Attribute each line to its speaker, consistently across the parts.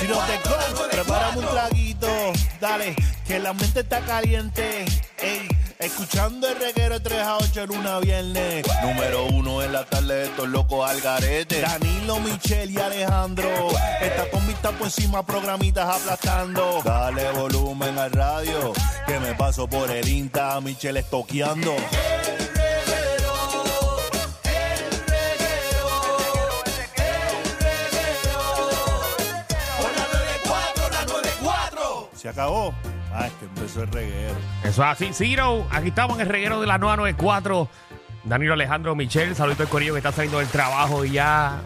Speaker 1: Si los te prepárame un traguito, dale, que la mente está caliente. Ey, escuchando el reguero 3 a 8 en una viernes. Número uno en la tarde de estos locos al garete. Danilo, Michelle y Alejandro. Está con vista por encima, programitas aplastando. Dale volumen al radio, que me paso por el Insta, Michelle estoqueando. Se acabó. Ah, es que empezó el reguero.
Speaker 2: Eso es así, Ciro. Aquí estamos en el reguero de la 994. Danilo Alejandro Michel, saludito al corillo que está saliendo del trabajo y ya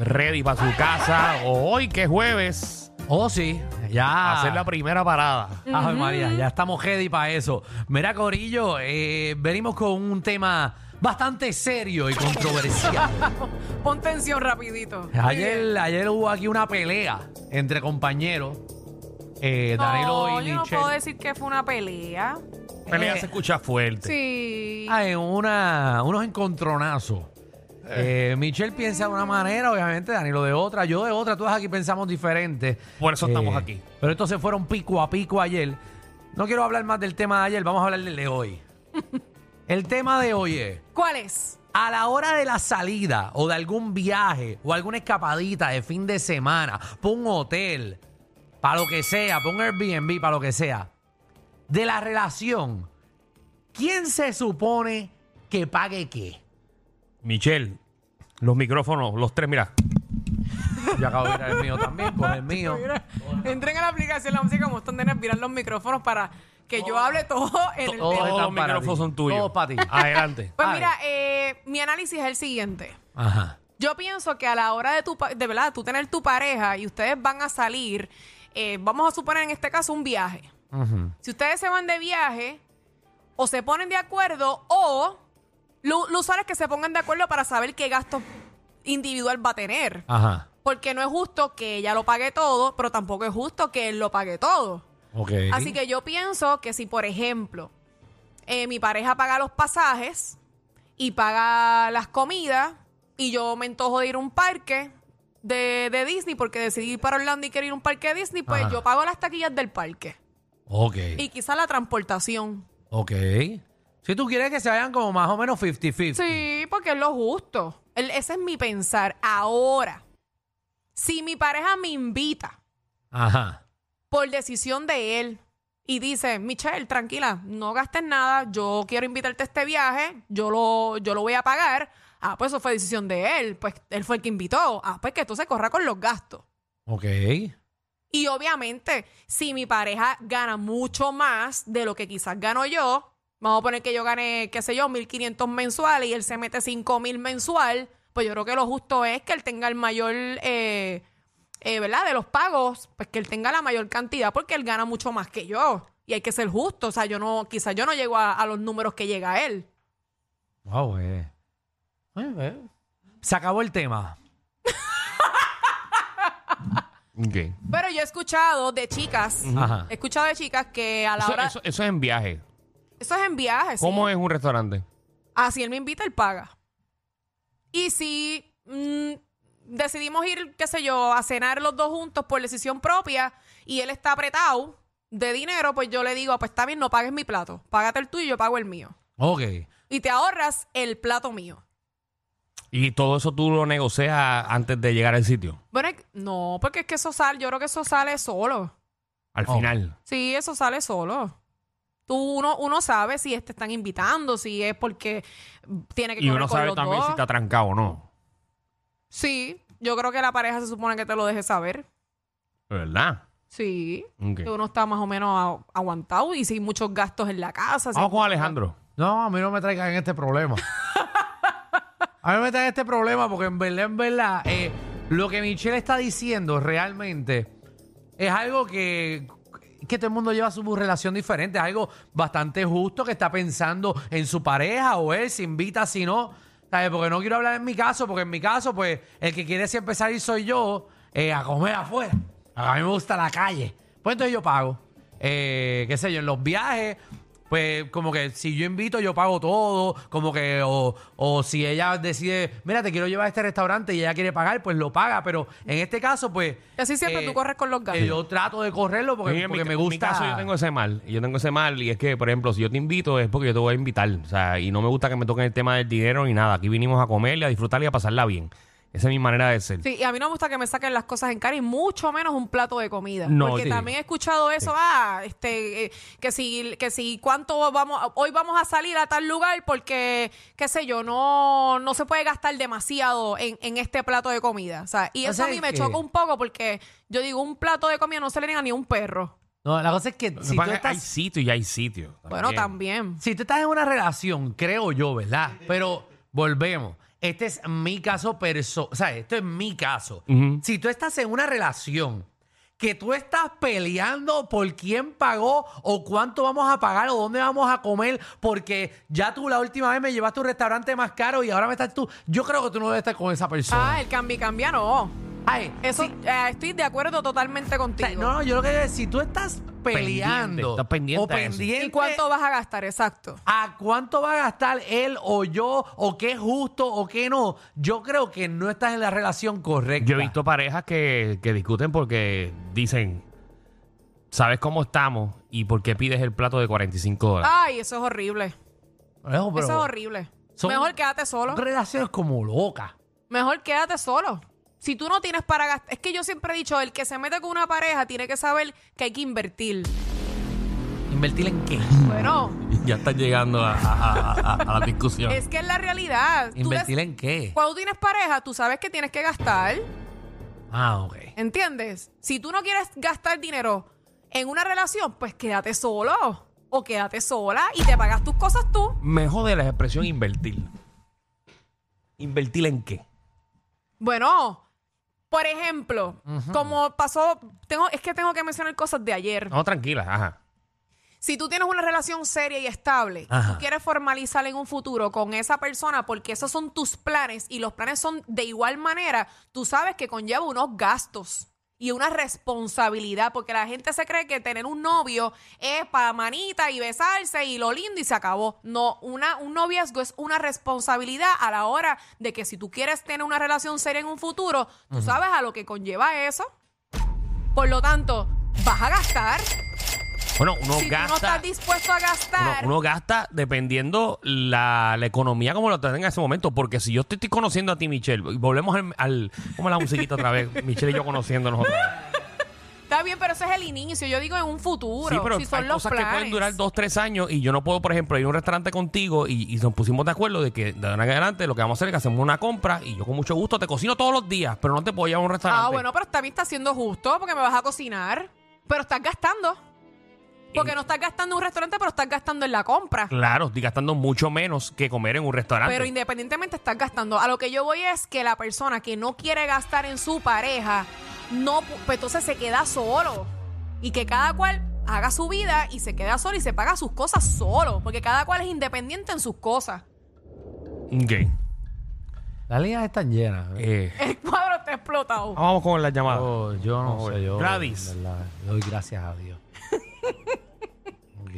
Speaker 2: ready para su casa. O hoy que es jueves,
Speaker 3: Oh, sí, ya.
Speaker 4: Ah.
Speaker 2: hacer la primera parada.
Speaker 4: Eh.
Speaker 3: Ave María, ya estamos ready para eso. Mira, Corillo, eh, venimos con un tema bastante serio y controversial.
Speaker 4: Pon tensión rapidito.
Speaker 3: ayer, ayer hubo aquí una pelea entre compañeros, eh,
Speaker 4: No,
Speaker 3: Danilo y
Speaker 4: yo no
Speaker 3: Michelle.
Speaker 4: puedo decir Eh, que fue una pelea.
Speaker 2: Pelea se escucha fuerte.
Speaker 4: Sí.
Speaker 3: Ah, en una, unos encontronazos. Eh, Michelle piensa de una manera, obviamente, Danilo de otra, yo de otra, todos aquí pensamos diferente. Eh,
Speaker 2: Por eso estamos aquí.
Speaker 3: Pero entonces fueron pico a pico ayer. No quiero hablar más del tema de ayer, vamos a hablar del de hoy. El tema de hoy es,
Speaker 4: ¿Cuál es?
Speaker 3: a la hora de la salida o de algún viaje o alguna escapadita de fin de semana, para un hotel, para lo que sea, para un Airbnb, para lo que sea, de la relación, ¿quién se supone que pague qué?
Speaker 2: Michelle, los micrófonos, los tres, mira.
Speaker 3: Yo acabo de mirar el mío también, pues el mío.
Speaker 4: Mira, entren a la aplicación la música como están de mirar los micrófonos para que yo hable todo en el
Speaker 3: Todo.
Speaker 4: tema.
Speaker 2: Todos los
Speaker 3: están para
Speaker 2: micrófonos
Speaker 3: ti.
Speaker 2: son tuyos.
Speaker 3: Todos para ti.
Speaker 2: Adelante.
Speaker 4: Pues
Speaker 3: Ay.
Speaker 4: mira, eh, mi análisis es el siguiente.
Speaker 3: Ajá.
Speaker 4: Yo pienso que a la hora de tu pa- de verdad, tú tener tu pareja y ustedes van a salir, eh, vamos a suponer en este caso un viaje. Si ustedes se van de viaje, o se ponen de acuerdo, o lo, lo usual es que se pongan de acuerdo para saber qué gasto individual va a tener.
Speaker 3: Ajá.
Speaker 4: Porque no es justo que ella lo pague todo, pero tampoco es justo que él lo pague todo.
Speaker 3: Ok.
Speaker 4: Así que yo pienso que si, por ejemplo, eh, mi pareja paga los pasajes y paga las comidas y yo me antojo de ir a un parque de, de Disney porque decidí ir para Orlando y quiero ir a un parque de Disney, pues
Speaker 3: Ajá.
Speaker 4: yo pago las taquillas del parque
Speaker 3: Ok.
Speaker 4: y quizá la transportación.
Speaker 3: Ok. Si tú quieres que se vayan como más o menos 50-50.
Speaker 4: Sí, porque es lo justo. El- ese es mi pensar. Ahora, si mi pareja me invita
Speaker 3: Ajá.
Speaker 4: por decisión de él y dice, Michelle, tranquila, no gastes nada, yo quiero invitarte a este viaje, yo lo, yo lo voy a pagar. Ah, pues eso fue decisión de él, pues él fue el que invitó. Ah, pues que entonces corra con los gastos.
Speaker 3: Ok.
Speaker 4: Y obviamente, si mi pareja gana mucho más de lo que quizás gano yo, vamos a poner que yo gane, qué sé yo, 1.500 mensual y él se mete 5.000 mensual, pues yo creo que lo justo es que él tenga el mayor, eh, eh, ¿verdad? De los pagos, pues que él tenga la mayor cantidad porque él gana mucho más que yo. Y hay que ser justo, o sea, yo no, quizás yo no llego a, a los números que llega él.
Speaker 3: Wow, eh. Eh, eh. Se acabó el tema.
Speaker 2: Ok.
Speaker 4: Pero yo he escuchado de chicas,
Speaker 3: Ajá.
Speaker 4: he escuchado de chicas que a la
Speaker 2: Eso,
Speaker 4: hora... Eso,
Speaker 2: eso- eso es en viaje.
Speaker 4: es en viajes.
Speaker 2: ¿Cómo es un restaurante?
Speaker 4: Ah, si él me invita, él paga. Y si mm, decidimos ir, qué sé yo, a cenar los dos juntos por decisión propia y él está apretado de dinero, pues yo le digo, pues está bien, no pagues mi plato. Págate el tuyo y yo pago el mío.
Speaker 3: Ok.
Speaker 4: Y te ahorras el plato mío.
Speaker 2: Y todo eso tú lo negocias antes de llegar al sitio,
Speaker 4: Bueno, es- no, porque es que eso sale, yo creo que eso sale solo.
Speaker 2: al
Speaker 3: Oh.
Speaker 2: final.
Speaker 4: Sí, eso sale solo. Tú uno, uno sabe si te están invitando, si es porque tiene que
Speaker 2: Y
Speaker 4: comer
Speaker 2: uno
Speaker 4: con
Speaker 2: sabe
Speaker 4: los
Speaker 2: también
Speaker 4: dos.
Speaker 2: si está trancado o no.
Speaker 4: Sí, yo creo que la pareja se supone que te lo deje saber.
Speaker 2: ¿De ¿Verdad?
Speaker 4: Sí.
Speaker 2: Ok.
Speaker 4: Que uno está más o menos agu- aguantado y sin muchos gastos en la casa.
Speaker 2: Vamos
Speaker 4: sin-
Speaker 2: con Alejandro.
Speaker 3: No, a mí no me traigan este problema. a mí no me traigan este problema porque en verdad, en verdad, eh, lo que Michelle está diciendo realmente es algo que, que todo el mundo lleva su relación diferente, es algo bastante justo que está pensando en su pareja o él, si invita, si no. ¿Sabes? Porque no quiero hablar en mi caso, porque en mi caso, pues, el que quiere siempre salir soy yo eh, a comer afuera. A mí me gusta la calle. Pues entonces yo pago. Eh, qué sé yo, en los viajes, pues como que si yo invito, yo pago todo, como que, o, o si ella decide, mira, te quiero llevar a este restaurante y ella quiere pagar, pues lo paga, pero en este caso, pues...
Speaker 4: Casi siempre tú corres con los gastos.
Speaker 3: eh, yo trato de correrlo
Speaker 2: Sí,
Speaker 3: porque,
Speaker 2: en mi-
Speaker 3: porque me
Speaker 2: En mi
Speaker 3: gusta...
Speaker 2: caso yo tengo ese mal. Yo tengo ese mal y es que, por ejemplo, si yo te invito es porque yo te voy a invitar. O sea, y no me gusta que me toquen el tema del dinero ni nada. Aquí vinimos a comer y a disfrutar y a pasarla bien. Esa es mi manera de ser.
Speaker 4: Sí, y a mí no me gusta que me saquen las cosas en cara y mucho menos un plato de comida.
Speaker 2: No,
Speaker 4: porque
Speaker 2: sí.
Speaker 4: también he escuchado eso, ah, este, eh, que si, que si cuánto vamos, a- hoy vamos a salir a tal lugar porque, qué sé yo, no, no se puede gastar demasiado en, en este plato de comida. O sea, y
Speaker 3: O
Speaker 4: eso
Speaker 3: sea,
Speaker 4: a mí
Speaker 3: es
Speaker 4: me
Speaker 3: que-
Speaker 4: choca un poco porque yo digo, un plato de comida no se le niega ni a un perro.
Speaker 3: No, la cosa es que
Speaker 2: Lo que
Speaker 3: si
Speaker 2: pasa
Speaker 3: tú
Speaker 2: es que Hay
Speaker 3: estás...
Speaker 2: sitio y hay sitio.
Speaker 4: Bueno, también.
Speaker 3: Si tú estás en una relación, creo yo, ¿verdad? Pero volvemos. Este es mi caso perso- O sea, esto es mi caso.
Speaker 2: Ujú.
Speaker 3: Si tú estás en una relación que tú estás peleando por quién pagó o cuánto vamos a pagar o dónde vamos a comer, porque ya tú la última vez me llevaste a un restaurante más caro y ahora me estás tú. Yo creo que tú no debes estar con esa persona.
Speaker 4: Ah, el cambi cambia no.
Speaker 3: Ay,
Speaker 4: Eso, eh, estoy de acuerdo totalmente
Speaker 3: o sea,
Speaker 4: contigo.
Speaker 3: no, no, yo lo que digo es, si tú estás peleando
Speaker 2: estás pendiente
Speaker 3: o
Speaker 2: a eso.
Speaker 3: pendiente
Speaker 4: ¿Y cuánto vas a gastar? Exacto.
Speaker 3: a cuánto va a gastar él o yo, o qué es justo o qué no, yo creo que no estás en la relación correcta.
Speaker 2: Yo he visto parejas que, que discuten porque dicen, ¿sabes cómo estamos y por qué pides el plato de 45 dólares?
Speaker 4: Ay, eso es horrible.
Speaker 3: No, pero
Speaker 4: Eso es horrible.
Speaker 3: son-
Speaker 4: Mejor quédate solo.
Speaker 3: Son relaciones como locas.
Speaker 4: Mejor quédate solo. Si tú no tienes para gastar, es que yo siempre he dicho, el que se mete con una pareja tiene que saber que hay que invertir.
Speaker 3: ¿Invertir en qué?
Speaker 4: Bueno,
Speaker 3: Ah.
Speaker 2: Ya estás llegando a, la discusión.
Speaker 4: es que es la realidad. Tú
Speaker 3: ¿Invertir
Speaker 4: des-
Speaker 3: en qué?
Speaker 4: Cuando tienes pareja, tú sabes que tienes que gastar,
Speaker 3: Ah, ok.
Speaker 4: ¿entiendes? Si tú no quieres gastar dinero en una relación, pues quédate solo o quédate sola y te pagas tus cosas tú.
Speaker 2: Me jode la expresión invertir. ¿Invertir en qué?
Speaker 4: Bueno, por ejemplo, como pasó, tengo, es que tengo que mencionar cosas de ayer.
Speaker 2: No, tranquila, ajá.
Speaker 4: Si tú tienes una relación seria y estable, y
Speaker 3: Ajá.
Speaker 4: tú quieres formalizar en un futuro con esa persona porque esos son tus planes y los planes son de igual manera, tú sabes que conlleva unos gastos y una responsabilidad porque la gente se cree que tener un novio es para manita y besarse y lo lindo y se acabó. No, una, un noviazgo es una responsabilidad a la hora de que si tú quieres tener una relación seria en un futuro, tú sabes a lo que conlleva eso. Por lo tanto, vas a gastar
Speaker 2: Bueno, uno
Speaker 4: si tú no
Speaker 2: gasta.
Speaker 4: estás dispuesto a
Speaker 2: uno,
Speaker 4: gastar,
Speaker 2: uno gasta dependiendo la, la economía como lo tenga en ese momento. Porque si yo te estoy conociendo a ti, Michelle, y volvemos al. al como la musiquita otra vez, Michelle y yo conociéndonos otra vez.
Speaker 4: está bien, pero ese es el inicio. Yo digo en un futuro,
Speaker 2: Sí, pero
Speaker 4: si son
Speaker 2: hay
Speaker 4: los
Speaker 2: cosas
Speaker 4: planes.
Speaker 2: que pueden durar dos, tres años y yo no puedo, por ejemplo, ir a un restaurante contigo y, y nos pusimos de acuerdo de que de ahora en adelante lo que vamos a hacer es que hacemos una compra y yo con mucho gusto te cocino todos los días, pero no te puedo llevar a un restaurante.
Speaker 4: Ah, bueno, pero también está siendo justo porque me vas a cocinar, pero estás gastando. Porque
Speaker 2: Y-
Speaker 4: no estás gastando en un restaurante, pero estás gastando en la compra.
Speaker 2: Claro, estoy gastando mucho menos que comer en un restaurante.
Speaker 4: Pero independientemente estás gastando. A lo que yo voy es que la persona que no quiere gastar en su pareja, no, pu- pues entonces se queda solo. Y que cada cual haga su vida y se queda solo y se paga sus cosas solo. Porque cada cual es independiente en sus cosas.
Speaker 2: Ok.
Speaker 3: Las líneas están llenas.
Speaker 2: Eh,
Speaker 4: El cuadro está explotado.
Speaker 2: vamos con las llamadas.
Speaker 3: Yo, yo no sé. Yo,
Speaker 2: Gladys.
Speaker 3: en verdad, le doy gracias a Dios.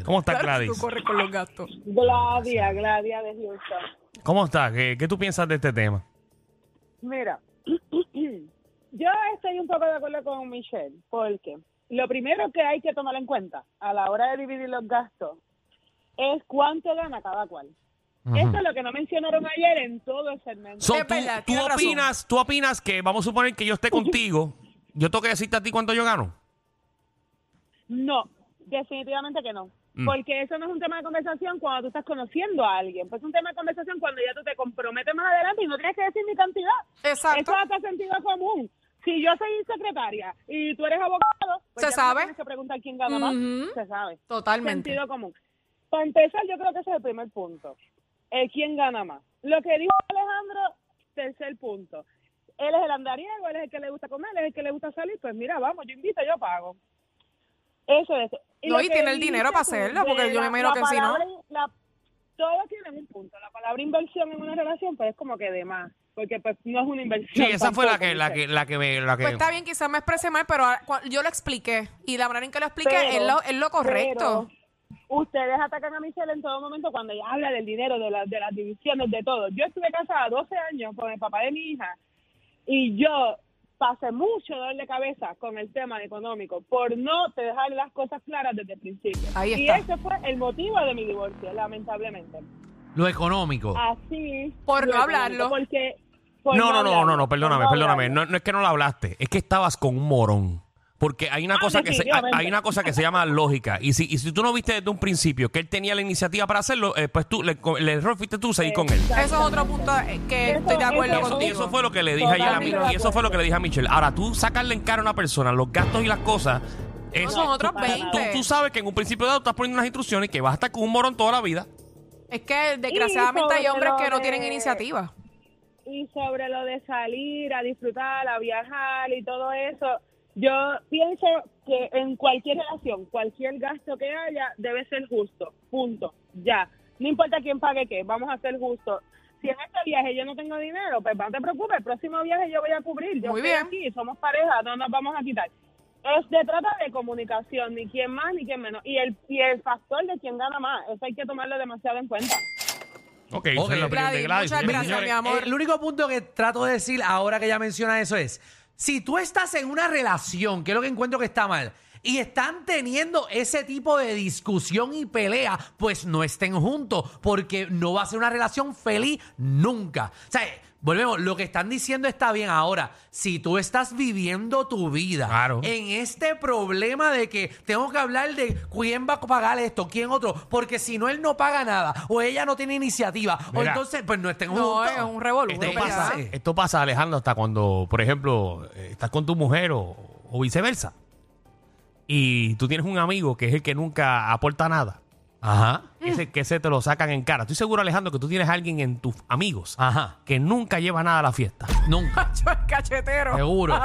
Speaker 2: ¿Cómo estás,
Speaker 4: Claro que
Speaker 2: Gladys?
Speaker 4: Tú corres con los gastos.
Speaker 5: Gladia, Gladia de Houston.
Speaker 2: ¿Cómo estás? ¿Qué, qué tú piensas de este tema?
Speaker 5: Mira, yo estoy un poco de acuerdo con Michelle, porque lo primero que hay que tomar en cuenta a la hora de dividir los gastos es cuánto gana cada cual.
Speaker 6: Eso es lo que no mencionaron ayer en todo el segmento.
Speaker 2: So,
Speaker 4: Es
Speaker 2: tú,
Speaker 4: verdad,
Speaker 2: tú
Speaker 4: tienes razón.
Speaker 2: opinas, tú opinas que vamos a suponer que yo esté contigo. Yo tengo que decirte a ti cuánto yo gano.
Speaker 6: No, definitivamente que no.
Speaker 2: Mm.
Speaker 6: Porque eso no es un tema de conversación cuando tú estás conociendo a alguien. Pues es un tema de conversación cuando ya tú te comprometes más adelante y no tienes que decir ni cantidad.
Speaker 4: Exacto.
Speaker 6: Eso hasta sentido común. Si yo soy secretaria y tú eres abogado, pues
Speaker 4: Se
Speaker 6: ya no
Speaker 4: sabe.
Speaker 6: tienes que preguntar quién gana más.
Speaker 4: Ujú.
Speaker 6: Se sabe.
Speaker 4: Totalmente.
Speaker 6: Sentido común. Para empezar, yo creo que ese es el primer punto. Eh, ¿Quién gana más? Lo que dijo Alejandro, tercer punto. Él es el andariego, él es el que le gusta comer, él es el que le gusta salir. Pues mira, vamos, yo invito, yo pago. Eso es.
Speaker 4: No,
Speaker 6: lo
Speaker 4: y
Speaker 6: que
Speaker 4: tiene el
Speaker 6: dices
Speaker 4: dinero para
Speaker 6: tú
Speaker 4: hacerlo,
Speaker 6: de
Speaker 4: porque yo me
Speaker 6: la-
Speaker 4: imagino
Speaker 6: la
Speaker 4: que si no-
Speaker 6: palabra- la- todos tienen un punto. La palabra inversión en una relación, pues es como que de más. Porque pues no es una
Speaker 2: Sí,
Speaker 6: inversión.
Speaker 2: esa fue la
Speaker 6: tampoco,
Speaker 2: que, la
Speaker 6: ¿viste?
Speaker 2: que, la que me, la que.
Speaker 4: Pues está bien, quizás me expresé mal, pero ahora- cua- yo lo expliqué. Y la manera en que lo expliqué
Speaker 6: Pero-
Speaker 4: es, lo, es lo correcto.
Speaker 6: pero ustedes atacan a Michelle en todo momento cuando ella habla del dinero, de, la- de las divisiones, de todo. Yo estuve casada 12 años con el papá de mi hija y yo pasé mucho dolor de cabeza con el tema económico por no te dejar las cosas claras desde el principio.
Speaker 4: Ahí
Speaker 6: y
Speaker 4: está.
Speaker 6: ese fue el motivo de mi divorcio, lamentablemente.
Speaker 3: Lo económico.
Speaker 6: Así.
Speaker 4: Por
Speaker 6: lo
Speaker 4: no hablarlo.
Speaker 6: económico, Porque. por
Speaker 2: Pues No, no, no,
Speaker 6: hablarlo,
Speaker 2: no, no,
Speaker 6: por
Speaker 2: perdóname, perdóname.
Speaker 6: hablarlo.
Speaker 2: No, no es que no la hablaste, es que estabas con un morón. Porque hay una
Speaker 6: Ah,
Speaker 2: cosa que se, hay-
Speaker 6: definitivamente.
Speaker 2: hay una cosa que se llama lógica. Y si, y si tú no viste desde un principio que él tenía la iniciativa para hacerlo, eh, pues tú, le, el error fuiste tú seguir con él.
Speaker 4: Eso es otro punto eh, que
Speaker 6: Eso-
Speaker 4: estoy de acuerdo
Speaker 2: Y
Speaker 6: eso-
Speaker 2: eso,
Speaker 4: contigo.
Speaker 2: y eso fue lo que le dije ayer a
Speaker 6: Totalmente
Speaker 2: Michelle. Y eso fue lo que le dije a Michelle. Ahora, tú sacarle en cara a una persona los gastos y las cosas. es-
Speaker 4: son otros
Speaker 2: tú-
Speaker 4: 20.
Speaker 2: Tú, tú sabes que en un principio dado estás poniendo unas instrucciones que vas a estar con un morón toda la vida.
Speaker 4: Es que desgraciadamente
Speaker 6: sobre
Speaker 4: hay hombres que
Speaker 6: lo
Speaker 4: no tienen
Speaker 6: de-
Speaker 4: iniciativa.
Speaker 6: y sobre lo de salir a disfrutar, a viajar y todo eso, yo pienso que en cualquier relación, cualquier gasto que haya, debe ser justo, punto, ya. No importa quién pague qué, vamos a ser justos. Si en este viaje yo no tengo dinero, pues no te preocupes, el próximo viaje yo voy a cubrir, yo
Speaker 4: Muy
Speaker 6: estoy
Speaker 4: bien.
Speaker 6: aquí, somos pareja, no nos vamos a quitar. Es de trata de comunicación, ni quién más ni quién menos. Y el, y el factor de quién gana más, eso hay que tomarlo demasiado en cuenta.
Speaker 2: Ok,
Speaker 3: Ok.
Speaker 2: esa es la opinión de
Speaker 4: Gladys,
Speaker 2: Gladys.
Speaker 4: muchas
Speaker 2: Señores,
Speaker 4: gracias,
Speaker 2: señores,
Speaker 4: mi amor.
Speaker 3: Eh, El único punto que trato de decir ahora que ella menciona eso es, si tú estás en una relación, que es lo que encuentro que está mal, y están teniendo ese tipo de discusión y pelea, pues no estén juntos, porque no va a ser una relación feliz nunca. O sea, eh, volvemos, lo que están diciendo está bien ahora. Si tú estás viviendo tu vida
Speaker 2: Claro.
Speaker 3: en este problema de que tengo que hablar de quién va a pagar esto, quién otro, porque si no él no paga nada, o ella no tiene iniciativa, o
Speaker 2: Mira.
Speaker 3: entonces pues no estén
Speaker 4: No, es un revolú.
Speaker 3: Este
Speaker 2: Esto
Speaker 3: Pero
Speaker 2: pasa, eh,
Speaker 3: ya.
Speaker 2: esto pasa, Alejandro, hasta cuando, por ejemplo, eh, estás con tu mujer o, o viceversa. Y tú tienes un amigo que es el que nunca aporta nada.
Speaker 3: Ajá.
Speaker 2: Ese que se te lo sacan en cara. Estoy seguro, Alejandro, que tú tienes a alguien en tus amigos
Speaker 3: Ajá.
Speaker 2: que nunca lleva nada a la fiesta.
Speaker 3: Nunca.
Speaker 4: Yo el cachetero.
Speaker 3: Seguro.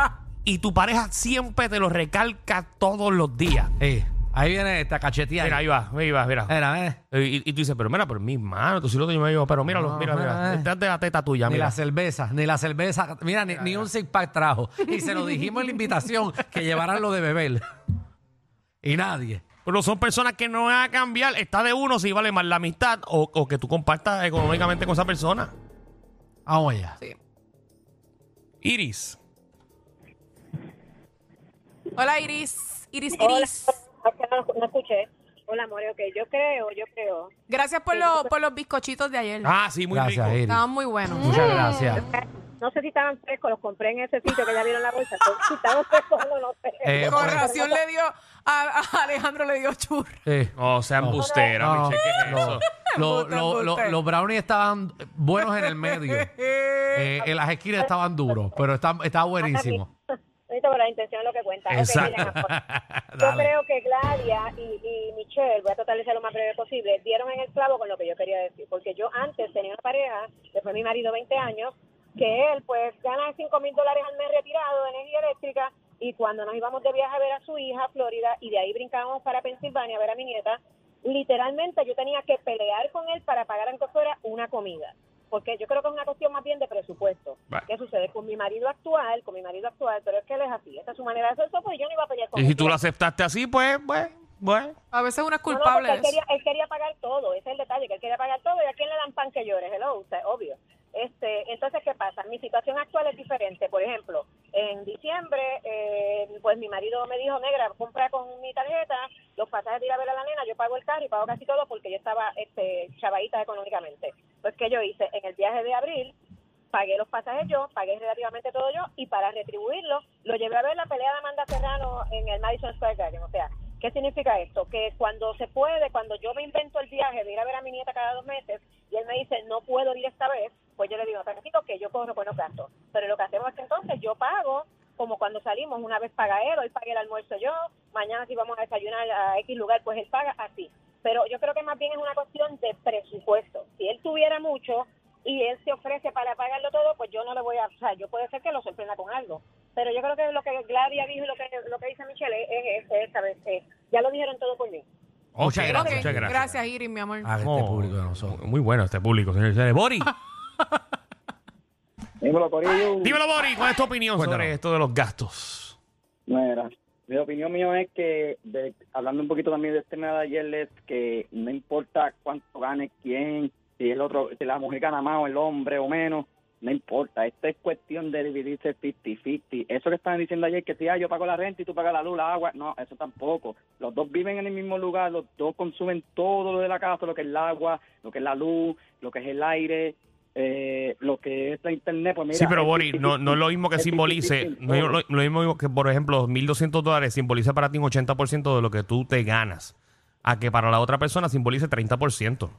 Speaker 2: Y tu pareja siempre te lo recalca todos los días.
Speaker 3: Ey, Eh, ahí viene esta cachetilla.
Speaker 2: Mira, ahí va, ahí va, mira.
Speaker 3: Mira, eh.
Speaker 2: Y, y tú dices, pero mira, pero mi hermano, tú sí lo yo me digo, pero mira,
Speaker 3: No,
Speaker 2: mira, mira,
Speaker 3: mira, eh.
Speaker 2: detrás de la teta tuya,
Speaker 3: Ni
Speaker 2: mira.
Speaker 3: la cerveza, ni la cerveza. Mira, ni, ni un six pack trajo. Y se lo dijimos en la invitación que llevaran lo de beber. Y nadie.
Speaker 2: Pero son personas que no van a cambiar. Está de uno si vale más la amistad o, o que tú compartas económicamente con esa persona.
Speaker 3: Vamos allá.
Speaker 4: Sí.
Speaker 2: Iris.
Speaker 4: Hola, Iris. Iris,
Speaker 6: Hola,
Speaker 4: Iris.
Speaker 6: Ah, no, no escuché. Hola, More, ok, yo creo, yo creo.
Speaker 4: Gracias por, lo- por los bizcochitos de ayer.
Speaker 2: Ah, Mm. sí, muy
Speaker 3: gracias,
Speaker 2: rico.
Speaker 3: Iris.
Speaker 4: Estaban muy buenos.
Speaker 3: Muchas gracias.
Speaker 6: No sé si estaban frescos, los compré en ese sitio que ya vieron la bolsa. Si estaban frescos o no, no sé.
Speaker 3: Eh,
Speaker 4: Con ración le dio, a, a Alejandro le dio churra.
Speaker 3: Sí.
Speaker 2: No, sea embustera,
Speaker 3: No,
Speaker 2: Michelle, ¿qué es
Speaker 3: Eh, no.
Speaker 2: eso?
Speaker 3: Lo-
Speaker 4: Embuste,
Speaker 3: lo- lo-
Speaker 4: embuste.
Speaker 3: los brownies estaban buenos en el medio. Eh, en las esquinas estaban duros, pero está- estaba buenísimo.
Speaker 7: Bonito, pero la intención es lo que
Speaker 4: Ah,
Speaker 7: cuenta. Ok,
Speaker 2: Exacto.
Speaker 7: miren, amor.
Speaker 4: pues,
Speaker 7: yo
Speaker 3: Dale.
Speaker 7: creo que Gladia y, y Michelle, voy a tratar de ser lo más breve posible, dieron en el clavo con lo que yo quería decir. Porque yo antes tenía una pareja, que fue mi marido 20 años, que él pues gana 5 mil dólares al mes retirado de energía eléctrica y cuando nos íbamos de viaje a ver a su hija a Florida y de ahí brincábamos para Pensilvania a ver a mi nieta, literalmente yo tenía que pelear con él para pagar aunque fuera una comida. Porque yo creo que es una cuestión más bien de presupuesto.
Speaker 2: Vale.
Speaker 7: ¿Qué sucede con mi marido actual? Con mi marido actual, pero es que él es así. Esa es su manera de hacer eso, pues yo no iba a pelear con
Speaker 2: Y
Speaker 7: él.
Speaker 2: si tú lo aceptaste así, pues, pues, pues.
Speaker 4: A veces uno es
Speaker 7: No, no,
Speaker 4: culpable
Speaker 7: porque
Speaker 4: de
Speaker 7: él,
Speaker 4: eso.
Speaker 7: quería, él quería pagar todo, ese es el detalle, que él quería pagar todo y a quién le dan pan que llore, hello, usted, obvio. Este, entonces, ¿qué pasa? Mi situación actual es diferente. Por ejemplo, en diciembre, eh, pues mi marido me dijo, negra, compra con mi tarjeta los pasajes de ir a ver a la nena, yo pago el carro y pago casi todo porque yo estaba este, chavadita económicamente. Pues, ¿qué yo hice? En el viaje de abril, pagué los pasajes yo, pagué relativamente todo yo y para retribuirlo, lo llevé a ver la pelea de Amanda Serrano en el Madison Square Garden. O sea, ¿qué significa esto? Que cuando se puede, cuando yo me invento el viaje de ir a ver a mi nieta cada dos meses y él me dice, no puedo ir esta vez, pues yo le digo, tranquilo, que yo corro buenos gastos. Pero lo que hacemos es que entonces yo pago como cuando salimos, una vez paga él, hoy pagué el almuerzo yo, mañana si vamos a desayunar a X lugar, pues él paga así. Pero yo creo que más bien es una cuestión de presupuesto. Si él tuviera mucho y él se ofrece para pagarlo todo, pues yo no le voy a, o sea, yo puede ser que lo sorprenda con algo. Pero yo creo que lo que Gladia dijo y lo que, lo que dice Michelle es, es, es, ¿sabes? Es- ya lo dijeron todo por mí.
Speaker 2: Muchas gracias,
Speaker 4: Ok,
Speaker 2: muchas gracias.
Speaker 4: Gracias, Iris, mi amor.
Speaker 3: A ver,
Speaker 2: Oh,
Speaker 3: este público de nosotros.
Speaker 2: Muy bueno este público, señores. y señores. Bori,
Speaker 6: Dímelo, Corillo.
Speaker 2: dímelo, Bori, ¿cuál es tu opinión
Speaker 3: Cuéntanos.
Speaker 2: sobre esto de los gastos?
Speaker 6: Mira, mi opinión mía es que, de- hablando un poquito también de este tema de ayer, es que no importa cuánto gane quién, si el otro, si la mujer gana más o el hombre o menos, no importa. Esto es cuestión de dividirse 50-50. Eso que estaban diciendo ayer, que si ah, yo pago la renta y tú pagas la luz, la agua, no, eso tampoco. Los dos viven en el mismo lugar, los dos consumen todo lo de la casa, lo que es el agua, lo que es la luz, lo que es el aire. eh, lo que es la internet, pues mira,
Speaker 2: sí, pero
Speaker 6: es
Speaker 2: Bori, no, no es lo mismo que
Speaker 6: 50-50,
Speaker 2: simbolice, no es lo, lo mismo que, por ejemplo, 1.200 dólares simboliza para ti un 80% de lo que tú te ganas, a que para la otra persona simbolice 30%.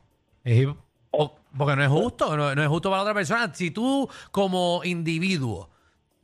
Speaker 3: Eh, po- Porque no es justo, no, no es justo para la otra persona. Si tú, como individuo,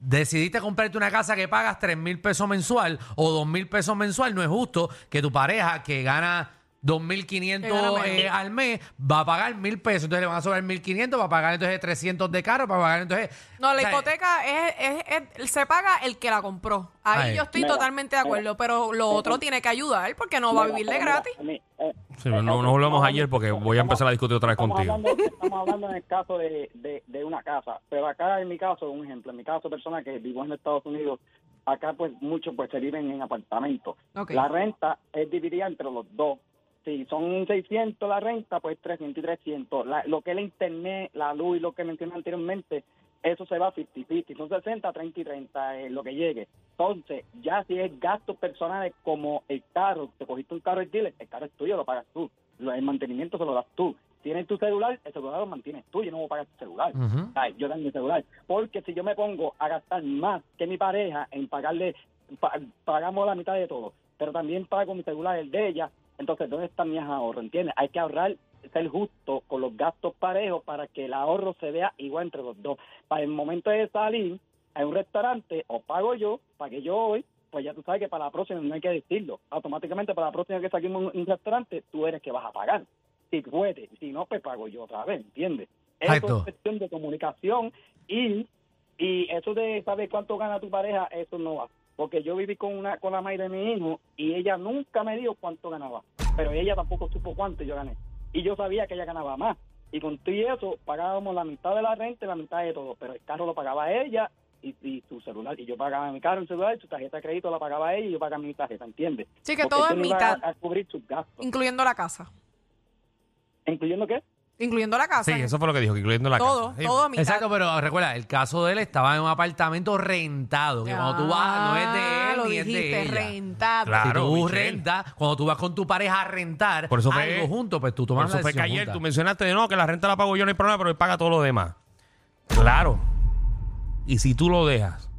Speaker 3: decidiste comprarte una casa que pagas 3 mil pesos mensual o 2 mil pesos mensual, no es justo que tu pareja que gana
Speaker 4: Que gana
Speaker 3: 2.500
Speaker 4: menos.
Speaker 3: eh, al mes va a pagar 1.000 pesos. Entonces le van a sobrar 1.500, va a pagar entonces 300 de carro, va a pagar entonces...
Speaker 4: No,
Speaker 3: o
Speaker 4: la
Speaker 3: sea,
Speaker 4: hipoteca es, es- es- se paga el que la compró. Ahí
Speaker 3: Ahí.
Speaker 4: yo estoy
Speaker 6: Mira,
Speaker 4: totalmente de acuerdo, pero lo otro tiene que ayudar porque no va a
Speaker 6: Mira,
Speaker 4: vivir de
Speaker 6: mira,
Speaker 4: gratis.
Speaker 6: a mí, eh,
Speaker 2: Sí, pero no, no volvamos ayer porque voy a empezar a discutir otra vez
Speaker 6: estamos
Speaker 2: contigo.
Speaker 6: hablando- estamos hablando en el caso de, de, de una casa, pero acá en mi caso, un ejemplo, en mi caso, persona que vivo en Estados Unidos, acá pues muchos pues se viven en apartamentos.
Speaker 4: Ok.
Speaker 6: La renta es dividida entre los dos. Si son 600 la renta, pues 300 y 300. La- lo que es la internet, la luz y lo que mencioné anteriormente, eso se va a 50-50. Son 60, 30 y 30, eh, lo que llegue. Entonces, ya si es gastos personales como el carro, te cogiste un carro del dealer, el carro es tuyo, lo pagas tú. Lo- El mantenimiento se lo das tú. Tienes tu celular, el celular lo mantienes tú, yo no voy a pagar tu celular.
Speaker 3: Ujú.
Speaker 6: Ay, yo tengo mi celular. Porque si yo me pongo a gastar más que mi pareja en pagarle, pa- pagamos la mitad de todo, pero también pago mi celular, el de ella, entonces, ¿dónde están mis ahorros? ¿Entiendes? Hay que ahorrar, ser justo con los gastos parejos para que el ahorro se vea igual entre los dos. Para el momento de salir a un restaurante, o pago yo, pagué yo hoy, pues ya tú sabes que para la próxima no hay que decirlo. Automáticamente para la próxima que saquemos un, un restaurante, tú eres que vas a pagar. Si puedes, si no, pues pago yo otra vez, ¿entiendes? Eso
Speaker 3: Exacto.
Speaker 6: es cuestión de comunicación y, y eso de saber cuánto gana tu pareja, eso no va. Porque yo viví con una con la madre de mi hijo y ella nunca me dijo cuánto ganaba. Pero ella tampoco supo cuánto yo gané. Y yo sabía que ella ganaba más. Y con todo y eso pagábamos la mitad de la renta y la mitad de todo. Pero el carro lo pagaba ella y, y su celular. Y yo pagaba mi carro, el celular, su tarjeta de crédito la pagaba ella y yo pagaba mi tarjeta, ¿entiendes?
Speaker 4: Sí, que
Speaker 6: Porque
Speaker 4: todo
Speaker 6: yo
Speaker 4: es
Speaker 6: no iba a-
Speaker 4: mitad.
Speaker 6: A, cubrir sus gastos.
Speaker 4: Incluyendo la casa.
Speaker 6: ¿Incluyendo qué?
Speaker 4: Incluyendo la casa.
Speaker 2: Sí, eso fue lo que dijo, que incluyendo la
Speaker 4: todo,
Speaker 2: casa. Sí.
Speaker 4: todo a mitad.
Speaker 3: Exacto, pero recuerda, el caso de él estaba en un apartamento rentado, que cuando tú vas no es de él
Speaker 4: Ah, lo
Speaker 3: ni es de
Speaker 4: dijiste,
Speaker 3: ella.
Speaker 4: rentado.
Speaker 2: Claro.
Speaker 3: si tú
Speaker 2: Michelle.
Speaker 3: rentas, cuando tú vas con tu pareja a rentar
Speaker 2: Por eso fue-
Speaker 3: algo juntos, pues tú
Speaker 2: Por
Speaker 3: tomas
Speaker 2: eso
Speaker 3: la
Speaker 2: fue que
Speaker 3: decisión
Speaker 2: ayer
Speaker 3: junta.
Speaker 2: tú mencionaste no, que la renta la pago yo, no hay problema, pero él paga todo lo demás. Claro. Y si tú lo dejas.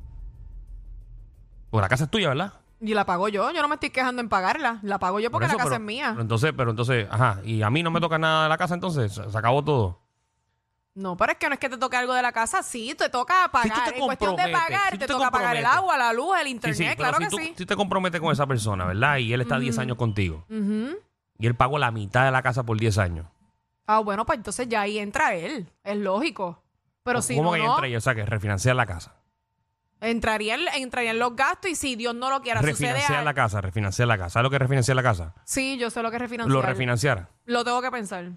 Speaker 2: Porque la casa es tuya, ¿verdad?
Speaker 4: Y la pago yo. Yo no me estoy quejando en pagarla. La pago yo
Speaker 2: Por
Speaker 4: porque
Speaker 2: eso,
Speaker 4: la casa
Speaker 2: pero-
Speaker 4: es mía.
Speaker 2: pero entonces, pero entonces, ajá, y a mí no me toca nada de la casa, entonces se, se acabó todo.
Speaker 4: No, pero es que no es que te toque algo de la casa. Sí, te toca pagar.
Speaker 2: tú te
Speaker 4: en cuestión de
Speaker 2: comprometes,
Speaker 4: pagar,
Speaker 2: si tú
Speaker 4: te,
Speaker 2: te
Speaker 4: toca pagar el
Speaker 2: comprometes.
Speaker 4: agua, la luz, el internet.
Speaker 2: pero
Speaker 4: claro
Speaker 2: si
Speaker 4: que
Speaker 2: tú,
Speaker 4: sí.
Speaker 2: si te comprometes con esa persona, ¿verdad? Y él está 10 años contigo.
Speaker 4: Ujú.
Speaker 2: Y él pagó la mitad de la casa por 10 años.
Speaker 4: Ah, bueno, pues entonces ya ahí entra él. Es lógico. Pero si
Speaker 2: Pues, ¿Cómo
Speaker 4: no,
Speaker 2: que
Speaker 4: no,
Speaker 2: entra ella? O sea, que refinanciar la casa.
Speaker 4: entrarían, entrarían los gastos y si Dios no lo quiera sucede
Speaker 2: Refinanciar
Speaker 4: al-
Speaker 2: la casa, refinanciar la casa. ¿Sabes lo que es refinanciar la casa?
Speaker 4: Sí, yo sé lo que es refinanciar.
Speaker 2: Lo refinanciar.
Speaker 4: Lo tengo que pensar.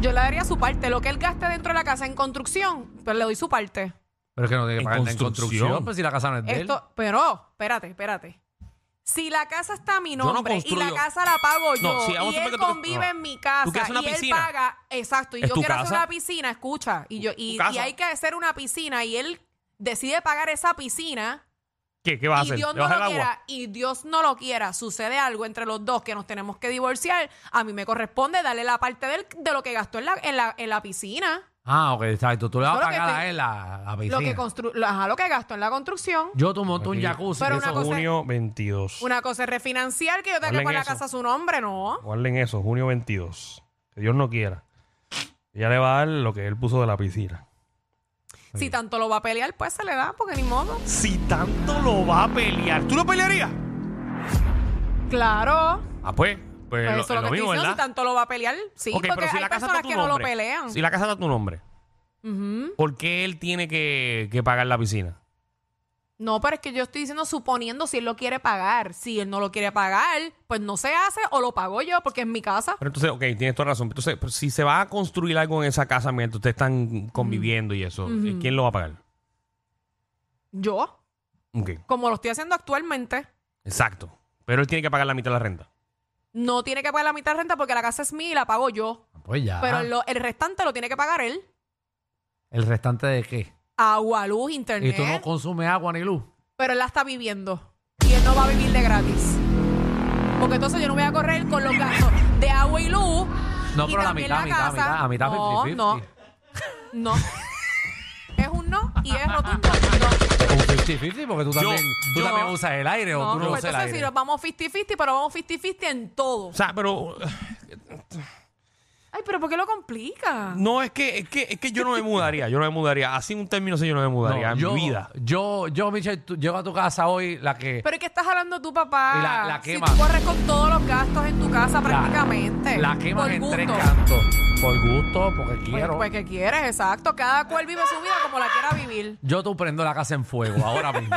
Speaker 4: Yo le daría su parte. Lo que él gaste dentro de la casa en construcción, pues le doy su parte.
Speaker 3: Pero es que no tiene que
Speaker 2: En
Speaker 3: pagar nada en
Speaker 2: construcción.
Speaker 3: construcción, pues si la casa no es de él.
Speaker 4: Esto, pero, espérate, espérate. Si la casa está a mi
Speaker 8: no
Speaker 4: nombre y la
Speaker 8: construyo.
Speaker 4: casa la pago yo
Speaker 8: No, si vamos
Speaker 4: y
Speaker 8: a suponer
Speaker 4: él
Speaker 8: que tú-
Speaker 4: convive
Speaker 8: no.
Speaker 4: en mi casa
Speaker 8: Tú quieres hacer una
Speaker 4: y él
Speaker 8: piscina.
Speaker 4: paga, exacto, y
Speaker 8: Es
Speaker 4: yo
Speaker 8: tu
Speaker 4: quiero hacer
Speaker 8: casa.
Speaker 4: una piscina, escucha, y yo y,
Speaker 8: Tu casa.
Speaker 4: y hay que hacer una piscina y él decide pagar esa piscina
Speaker 2: ¿Qué? ¿Qué vas a
Speaker 4: y
Speaker 2: hacer?
Speaker 4: Dios
Speaker 2: ¿Le
Speaker 4: no
Speaker 2: vas
Speaker 4: lo
Speaker 2: al agua?
Speaker 4: quiera y Dios no lo quiera, sucede algo entre los dos que nos tenemos que divorciar, a mí me corresponde darle la parte del- de lo que gastó en la, en la, en la piscina,
Speaker 3: Ah, ok, exacto. Tú le vas a
Speaker 4: Solo que
Speaker 3: pagar
Speaker 4: estoy-
Speaker 3: a él la, la
Speaker 4: lo que
Speaker 3: piscina.
Speaker 4: constru lo- ajá, lo que gastó en la construcción.
Speaker 3: Yo tú monto un
Speaker 2: Aquí.
Speaker 3: jacuzzi.
Speaker 4: Pero
Speaker 3: eso es
Speaker 4: una cosa-
Speaker 2: Junio 22.
Speaker 4: Una cosa es refinanciar que yo tenga
Speaker 2: Ponle
Speaker 4: con
Speaker 2: en
Speaker 4: la
Speaker 2: eso.
Speaker 4: casa a su nombre, no.
Speaker 2: Guarden eso, junio 22. Que Dios no quiera. Ella le va a dar lo que él puso de la piscina.
Speaker 4: Si tanto lo va a pelear, pues se le da, porque ni modo.
Speaker 2: Si tanto lo va a pelear, ¿tú lo pelearías?
Speaker 4: Claro.
Speaker 2: Ah, pues. Pues,
Speaker 4: Pues
Speaker 2: lo-
Speaker 4: eso
Speaker 2: es
Speaker 4: es
Speaker 2: lo,
Speaker 4: lo que
Speaker 2: mismo,
Speaker 4: estoy diciendo,
Speaker 2: ¿verdad?
Speaker 4: si tanto lo va a pelear. Sí,
Speaker 2: Ok,
Speaker 4: porque hay
Speaker 2: está a
Speaker 4: personas
Speaker 2: tu
Speaker 4: que no lo
Speaker 2: nombre,
Speaker 4: pelean.
Speaker 2: Si la casa está a tu nombre,
Speaker 4: Ujú.
Speaker 2: ¿por qué él tiene que, que pagar la piscina?
Speaker 4: No, pero es que yo estoy diciendo suponiendo si él lo quiere pagar. Si él no lo quiere pagar, pues no se hace o lo pago yo porque es mi casa.
Speaker 2: Pero entonces, ok, tienes toda razón. Entonces, pero si se va a construir algo en esa casa mientras ustedes están conviviendo y eso, eh,
Speaker 4: Ujú.
Speaker 2: ¿quién lo va a pagar?
Speaker 4: Yo,
Speaker 2: Ok,
Speaker 4: como lo estoy haciendo actualmente,
Speaker 2: exacto. Pero él tiene que pagar la mitad de la renta.
Speaker 4: no tiene que pagar la mitad de renta porque la casa es mía y la pago yo.
Speaker 3: Pues ya.
Speaker 4: Pero lo- el restante lo tiene que pagar él.
Speaker 3: ¿El restante de qué?
Speaker 4: Agua, luz, internet.
Speaker 3: Y tú no consumes agua ni luz.
Speaker 4: pero él la está viviendo y él no va a vivir de gratis. Porque entonces yo no voy a correr con los gastos de agua y luz.
Speaker 3: No,
Speaker 4: y
Speaker 3: pero la
Speaker 4: también
Speaker 3: mitad, mitad,
Speaker 4: casa.
Speaker 3: mitad. A mitad,
Speaker 4: No,
Speaker 3: 50-50.
Speaker 4: no, no. Es un no y es rotundo no.
Speaker 3: Un 50-50 porque tú también, tú
Speaker 2: yo-
Speaker 3: también usas el aire o
Speaker 4: No,
Speaker 3: tú no
Speaker 4: pues
Speaker 3: usas el
Speaker 4: entonces
Speaker 3: aire.
Speaker 4: si nos vamos 50-50, pero vamos 50-50 en todo.
Speaker 2: O sea, pero eh,
Speaker 4: Ay, pero ¿por qué lo complica?
Speaker 2: no es que, es que es que yo no me mudaría. Yo no me mudaría. Así en un término sé yo no me
Speaker 3: No,
Speaker 2: mudaría en
Speaker 3: yo,
Speaker 2: mi vida.
Speaker 3: Yo, yo, Michelle, tú- llego a tu casa hoy, la que.
Speaker 4: Pero es que estás hablando tú, papá.
Speaker 3: Y la- la quema.
Speaker 4: Si tú corres con todos los gastos en tu casa prácticamente.
Speaker 3: La quemas
Speaker 4: por
Speaker 3: en
Speaker 4: gusto.
Speaker 3: tres cantos. Por gusto, porque
Speaker 4: Pues,
Speaker 3: quiero.
Speaker 4: pues que quieres, exacto. Cada cual vive su vida como la quiera vivir.
Speaker 3: Yo tú prendo la casa en fuego ahora mismo.